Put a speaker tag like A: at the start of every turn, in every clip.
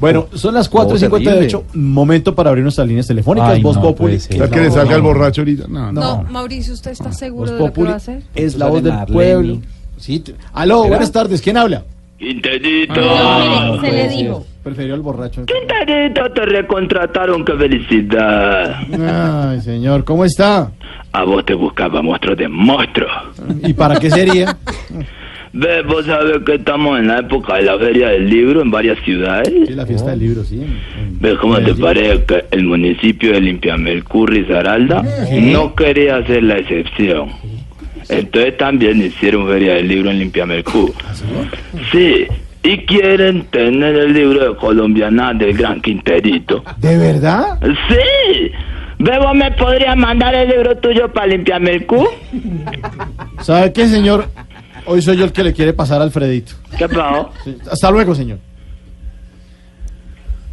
A: Bueno, son las
B: Oh,
A: 4.58, momento para abrir nuestras líneas telefónicas.
B: Ay,
A: Voz
B: no,
A: Populi.
B: puede ser.
C: ¿Sabes que le salga el borracho ahorita? No, no.
D: No, Mauricio, ¿usted está
A: Voz
D: seguro de lo que
A: Populi
D: va a hacer?
A: es la voz
B: Sale
A: del
B: Marlene.
A: pueblo. Sí, te- Aló, buenas tardes, ¿quién habla?
E: Quintanito,
D: Se le dijo.
A: Preferió al borracho.
E: Quintanito, te recontrataron, qué felicidad.
A: Ay, señor, ¿cómo está?
E: A vos te buscaba monstruo de monstruo.
A: ¿Y para qué sería?
E: Ve, vos sabés que estamos en la época de la feria del libro en varias ciudades.
A: Sí, la fiesta del libro, sí.
E: ¿Ves cómo te parece que el municipio de Limpiamelcurri y Zaralda no quería hacer la excepción? Entonces también hicieron feria del libro en Limpiamelcurri. Sí, y quieren tener el libro de Colombiana del Gran Quinterito.
A: ¿De verdad?
E: Sí. Bebo, ¿me podría mandar el libro tuyo para limpiarme el cu?
A: ¿Sabe qué, señor? Hoy soy yo el que le quiere pasar a Alfredito.
E: ¿Qué pasó?
A: Sí, Hasta luego, señor.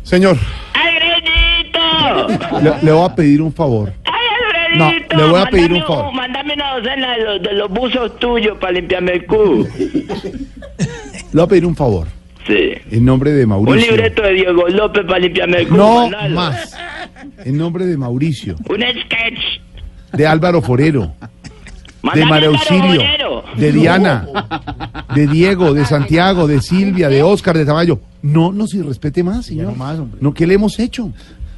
C: Señor,
E: ¡Ay, Alfredito!
C: le, le voy a pedir un favor.
E: ¡Ay,
C: No,
E: Alfredito!
C: le voy a pedir
E: Mándame
C: un favor.
E: Mándame una docena de los, de los buzos tuyos para limpiarme el cu.
C: Le voy a pedir un favor.
E: Sí.
C: En nombre de
E: Un
C: Mauricio.
E: libreto de Diego López para limpiarme el cu.
C: No
E: mandalo.
C: más. En nombre de Mauricio,
E: Un sketch.
C: de Álvaro Forero, de
E: Mándame
C: María
E: el
C: Auxilio,
E: barbolero.
C: de Diana, de Diego, de Santiago, de Silvia, de Óscar, de Tamayo. No nos irrespete más, señor.
A: no más, hombre.
C: No, ¿qué le hemos hecho?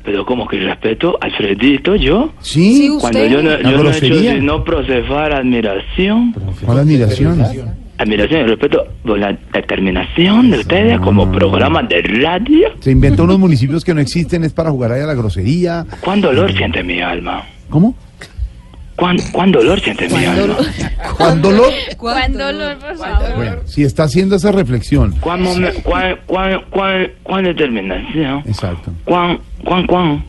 E: Pero como que respeto, Alfredito, yo.
D: Sí,
C: Sí,
E: Cuando
D: usted.
E: yo no,
C: Una
E: yo no he hecho
C: grosería.
E: sino procesar admiración.
C: ¿cuál admiración?
E: admiración y respeto por la determinación de ustedes como programa de radio.
C: Se inventó unos municipios que no existen, es para jugar ahí a la grosería.
E: ¿Cuán dolor siente mi alma?
C: ¿Cómo?
E: ¿Cuán, cuán dolor siente mi alma?
C: Cuando lo...
D: ¿Cuándo lo
C: Bueno, si está haciendo esa reflexión.
E: ¿Cuán, momen- cuán, cuán, cuán, cuán determinación?
C: Exacto.
E: ¿Cuán, cuán, cuán?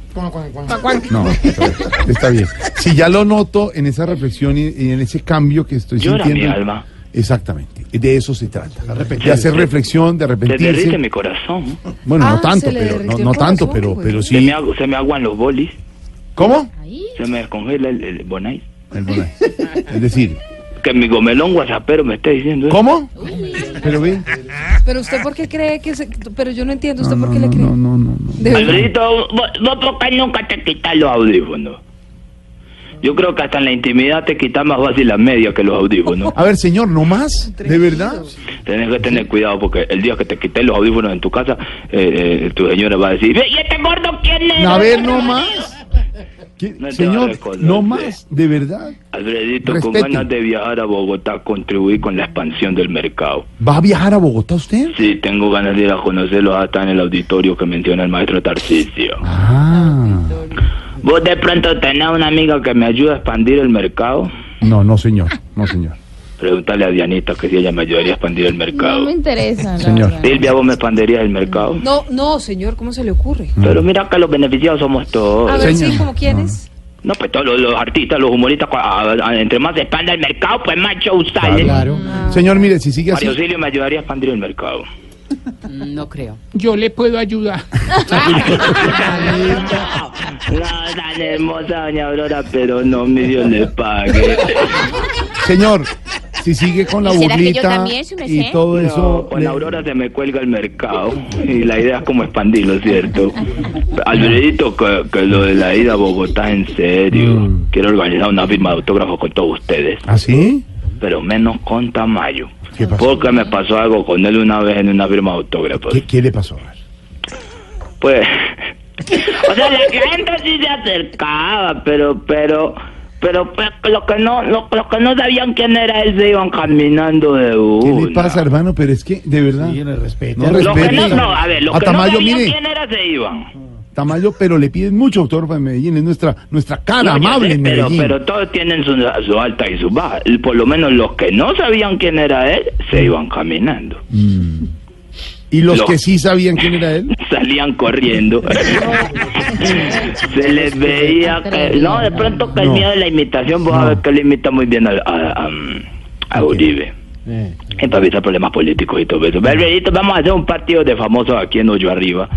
C: No, está bien, está bien. Si ya lo noto en esa reflexión y, y en ese cambio que estoy
E: Llora
C: sintiendo.
E: mi alma.
C: Exactamente, de eso se trata. De hacer reflexión, de
E: Se derrite
C: arrepentirse.
E: mi corazón.
C: Bueno, no
D: Ah,
C: tanto,
D: se le
C: pero no,
D: derritió
C: no
D: el
C: tanto,
D: corazón,
C: pero
D: güey.
C: pero
E: Se,
C: sí.
E: me, agu- se me aguan los bolis.
C: ¿Cómo?
E: Se me descongela el, el bonais.
C: El bonai. Es decir,
E: Que mi gomelón guasapero me está diciendo eso.
C: ¿cómo? Pero ve.
D: Pero usted por qué cree que se... Pero yo no entiendo, ¿usted por qué le cree?
C: No, no, no, no. no.
D: De verdad.
E: Alfredito, vos, vos por qué nunca te quitas los audífonos. Yo creo que hasta en la intimidad te quitas más fácil las medias que los audífonos.
C: A ver, señor, no más, de verdad.
E: Tenés que tener cuidado porque el día que te quiten los audífonos en tu casa, eh, eh, tu señora va a decir, "Ve, ¿y este gordo quién es?
C: A ver, no más. ¿Qué-
E: No te va a
C: Señor,
E: reconocer.
C: no más, de verdad.
E: Alfredito, con
C: Respete.
E: ganas de viajar a Bogotá, contribuir con la expansión del mercado.
C: ¿Va a viajar a Bogotá usted?
E: Sí, tengo ganas de ir a conocerlos hasta en el auditorio que menciona el maestro Tarcisio.
C: Ah.
E: ¿Vos de pronto tenés una amiga que me ayude a expandir el mercado?
C: No, no, señor, no, señor.
E: Pregúntale a Dianita que si ella me ayudaría a expandir el mercado.
F: interesa.
C: Señor.
E: Silvia, ¿vos me expandirías el mercado?
D: No, no, señor, ¿cómo se le ocurre?
E: Pero mira que los beneficiados somos todos.
D: A ver,
C: Señor.
D: sí, ¿como quiénes?
E: No, pues todos los, los artistas, los humoristas, cua- a- a- entre más se expanda el mercado, pues más show sale.
C: Claro.
F: Ah.
C: Señor, mire, si sigue así.
E: Mario Auxilio me ayudaría a expandir el mercado.
F: Mm, No creo.
G: Yo le puedo ayudar.
E: No, tan hermosa doña Aurora, pero no, mi Dios le pague.
C: Señor, si sigue con la
F: ¿Y será que yo
C: burlita
F: también, su
C: y
F: merced?
C: todo eso.
E: No, con
C: le-
E: Aurora se me cuelga el mercado. Y la idea es como expandirlo, ¿cierto? Alfredito, que, que lo de la ida a Bogotá es en serio.
C: Mm.
E: Quiero organizar una firma de autógrafo con todos ustedes.
C: ¿Ah, sí?
E: Pero menos con Tamayo.
C: ¿Qué pasó?
E: Porque me pasó algo con él una vez en una firma de autógrafos.
C: ¿Qué, qué le pasó? A ver.
E: Pues. O sea, la gente sí se acercaba, pero, pero, pero, pues, lo que no, lo, lo que no sabían quién era él se iban caminando de
C: ¿Qué
E: uno.
C: le pasa, hermano? Pero es que, de verdad.
A: Ah,
C: No
E: Lo que no,
C: respete.
E: no, a ver, lo
C: A
E: que
C: Tamayo,
E: no sabían
C: mire.
E: quién era se iban.
C: Tamayo, pero le piden mucho, doctor, para Medellín. Es nuestra, nuestra cara
E: No, yo
C: amable
E: sé,
C: en
E: pero,
C: Medellín.
E: pero todos tienen su, su alta y su baja. Y Por lo menos los que no sabían quién era él se iban caminando.
C: ¿Y los
E: Lo-
C: que sí sabían quién era él?
E: salían corriendo. Se les veía que... No, de pronto que el miedo de la imitación, vos a ver que le imita muy bien a, a- a- a Uribe.
A: Eh.
E: Para evitar problemas políticos y todo eso. Berberito, vamos a hacer un partido de famosos aquí en Hoyo Arriba,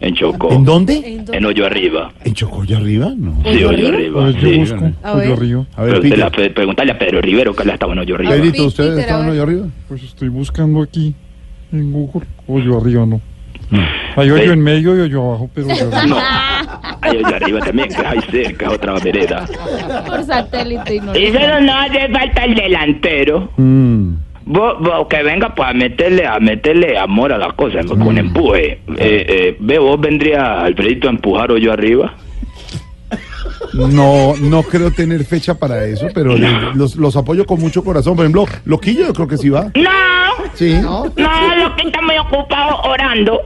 E: en Chocó.
C: ¿En dónde?
E: En Hoyo Arriba.
C: ¿En Chocoya arriba? No.
E: Oh. Sí, Hoyo
A: A
E: Arriba.
A: ver, yo
E: Sí.
A: busco.
D: A ver.
A: Hoyo arriba.
C: A
E: Pero
C: ver,
E: usted la,
C: Peter.
E: pre- preguntale a Pedro Rivero que él estaba en Hoyo Arriba.
D: Pedrito,
C: Pedrito, ¿ustedes
D: Peter, a
C: estaban
D: ver.
C: hoy arriba?
B: Pues estoy buscando aquí en Google. Hoyo arriba no. Hay hoyo en medio y hoyo abajo, pero hoyo arriba.
E: No. Hay Hoyo Arriba también, que hay cerca, otra vereda.
G: Por satélite y no.
E: Y solo no hace falta el delantero.
C: Mm.
E: Vos, vos que venga pues a meterle, a meterle amor a la cosa, con empuje. Eh, eh, ve, vos vendría Alfredito a empujar hoyo arriba.
C: No, no creo tener fecha para eso, pero le- los, los apoyo con mucho corazón. Por ejemplo, Loquillo yo creo que sí va.
E: No,
C: Sí.
E: no, lo que está muy ocupado orando,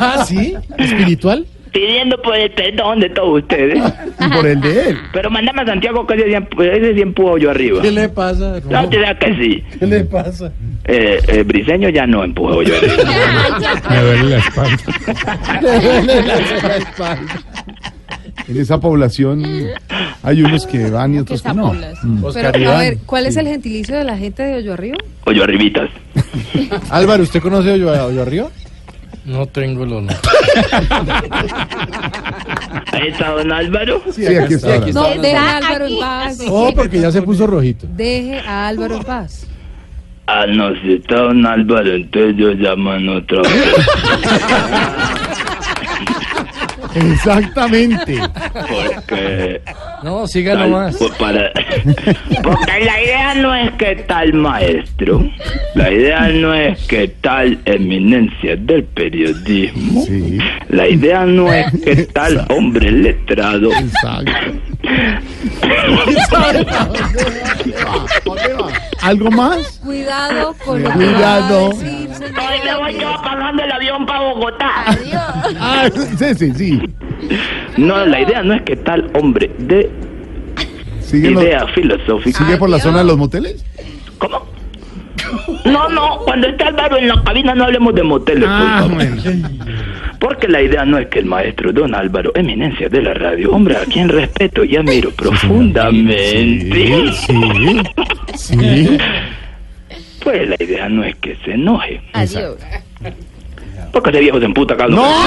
A: Ah, ¿sí? ¿Espiritual?
E: pidiendo por el perdón de todos ustedes.
C: Y por el de él.
E: Pero mandame a Santiago que ese sí empu- ese sí empuja hoyo arriba.
A: ¿Qué le pasa?
E: No te da que sí.
A: ¿Qué le pasa?
E: Eh, eh, Briseño ya no empuja hoyo arriba.
B: Me duele la espalda.
A: Le duele la espalda.
C: En esa población hay unos que van y otros que no.
D: Pero, a ver, Ah, ¿cuál es el gentilicio de la gente de Hoyo Arriba?
E: Hoyo arribitas.
A: Álvaro, ¿usted conoce Hoyo, Hoyo Arriba?
H: No tengo el honor.
E: Ahí está don Álvaro.
C: Sí, aquí está.
A: aquí
C: ahora.
D: No, deje a Álvaro en paz.
A: Oh, porque ya se puso rojito.
D: Deje a Álvaro en paz.
E: Ah, no, si está don Álvaro, entonces yo llamo en otra vez.
C: Exactamente.
E: Porque...
H: No, siga
E: Tal-
H: nomás.
E: pues para- Porque la idea no es que tal maestro, la idea no es que tal eminencia del periodismo,
C: Sí.
E: la idea no es que tal hombre letrado,
C: Exacto. ¿Algo más?
D: Cuidado con lo que
C: Cuidado.
D: va a decir, señor.
E: hoy me voy yo pagando el avión para Bogotá.
C: Ah, sí, sí, sí.
E: No, la idea no es que tal hombre de
C: Sigue, lo-
E: idea filosófica.
C: sigue por la zona de los moteles.
E: ¿Cómo? No, no, cuando esté Álvaro en la cabina no hablemos de moteles, por
C: Ah.
B: Ah,
E: favor. Porque la idea no es que el maestro don Álvaro, eminencia de la radio, hombre a quien respeto y admiro profundamente,
C: Sí, sí.
E: pues la idea no es que se enoje.
G: Adiós.
E: Porque ese viejo se emputa cada uno.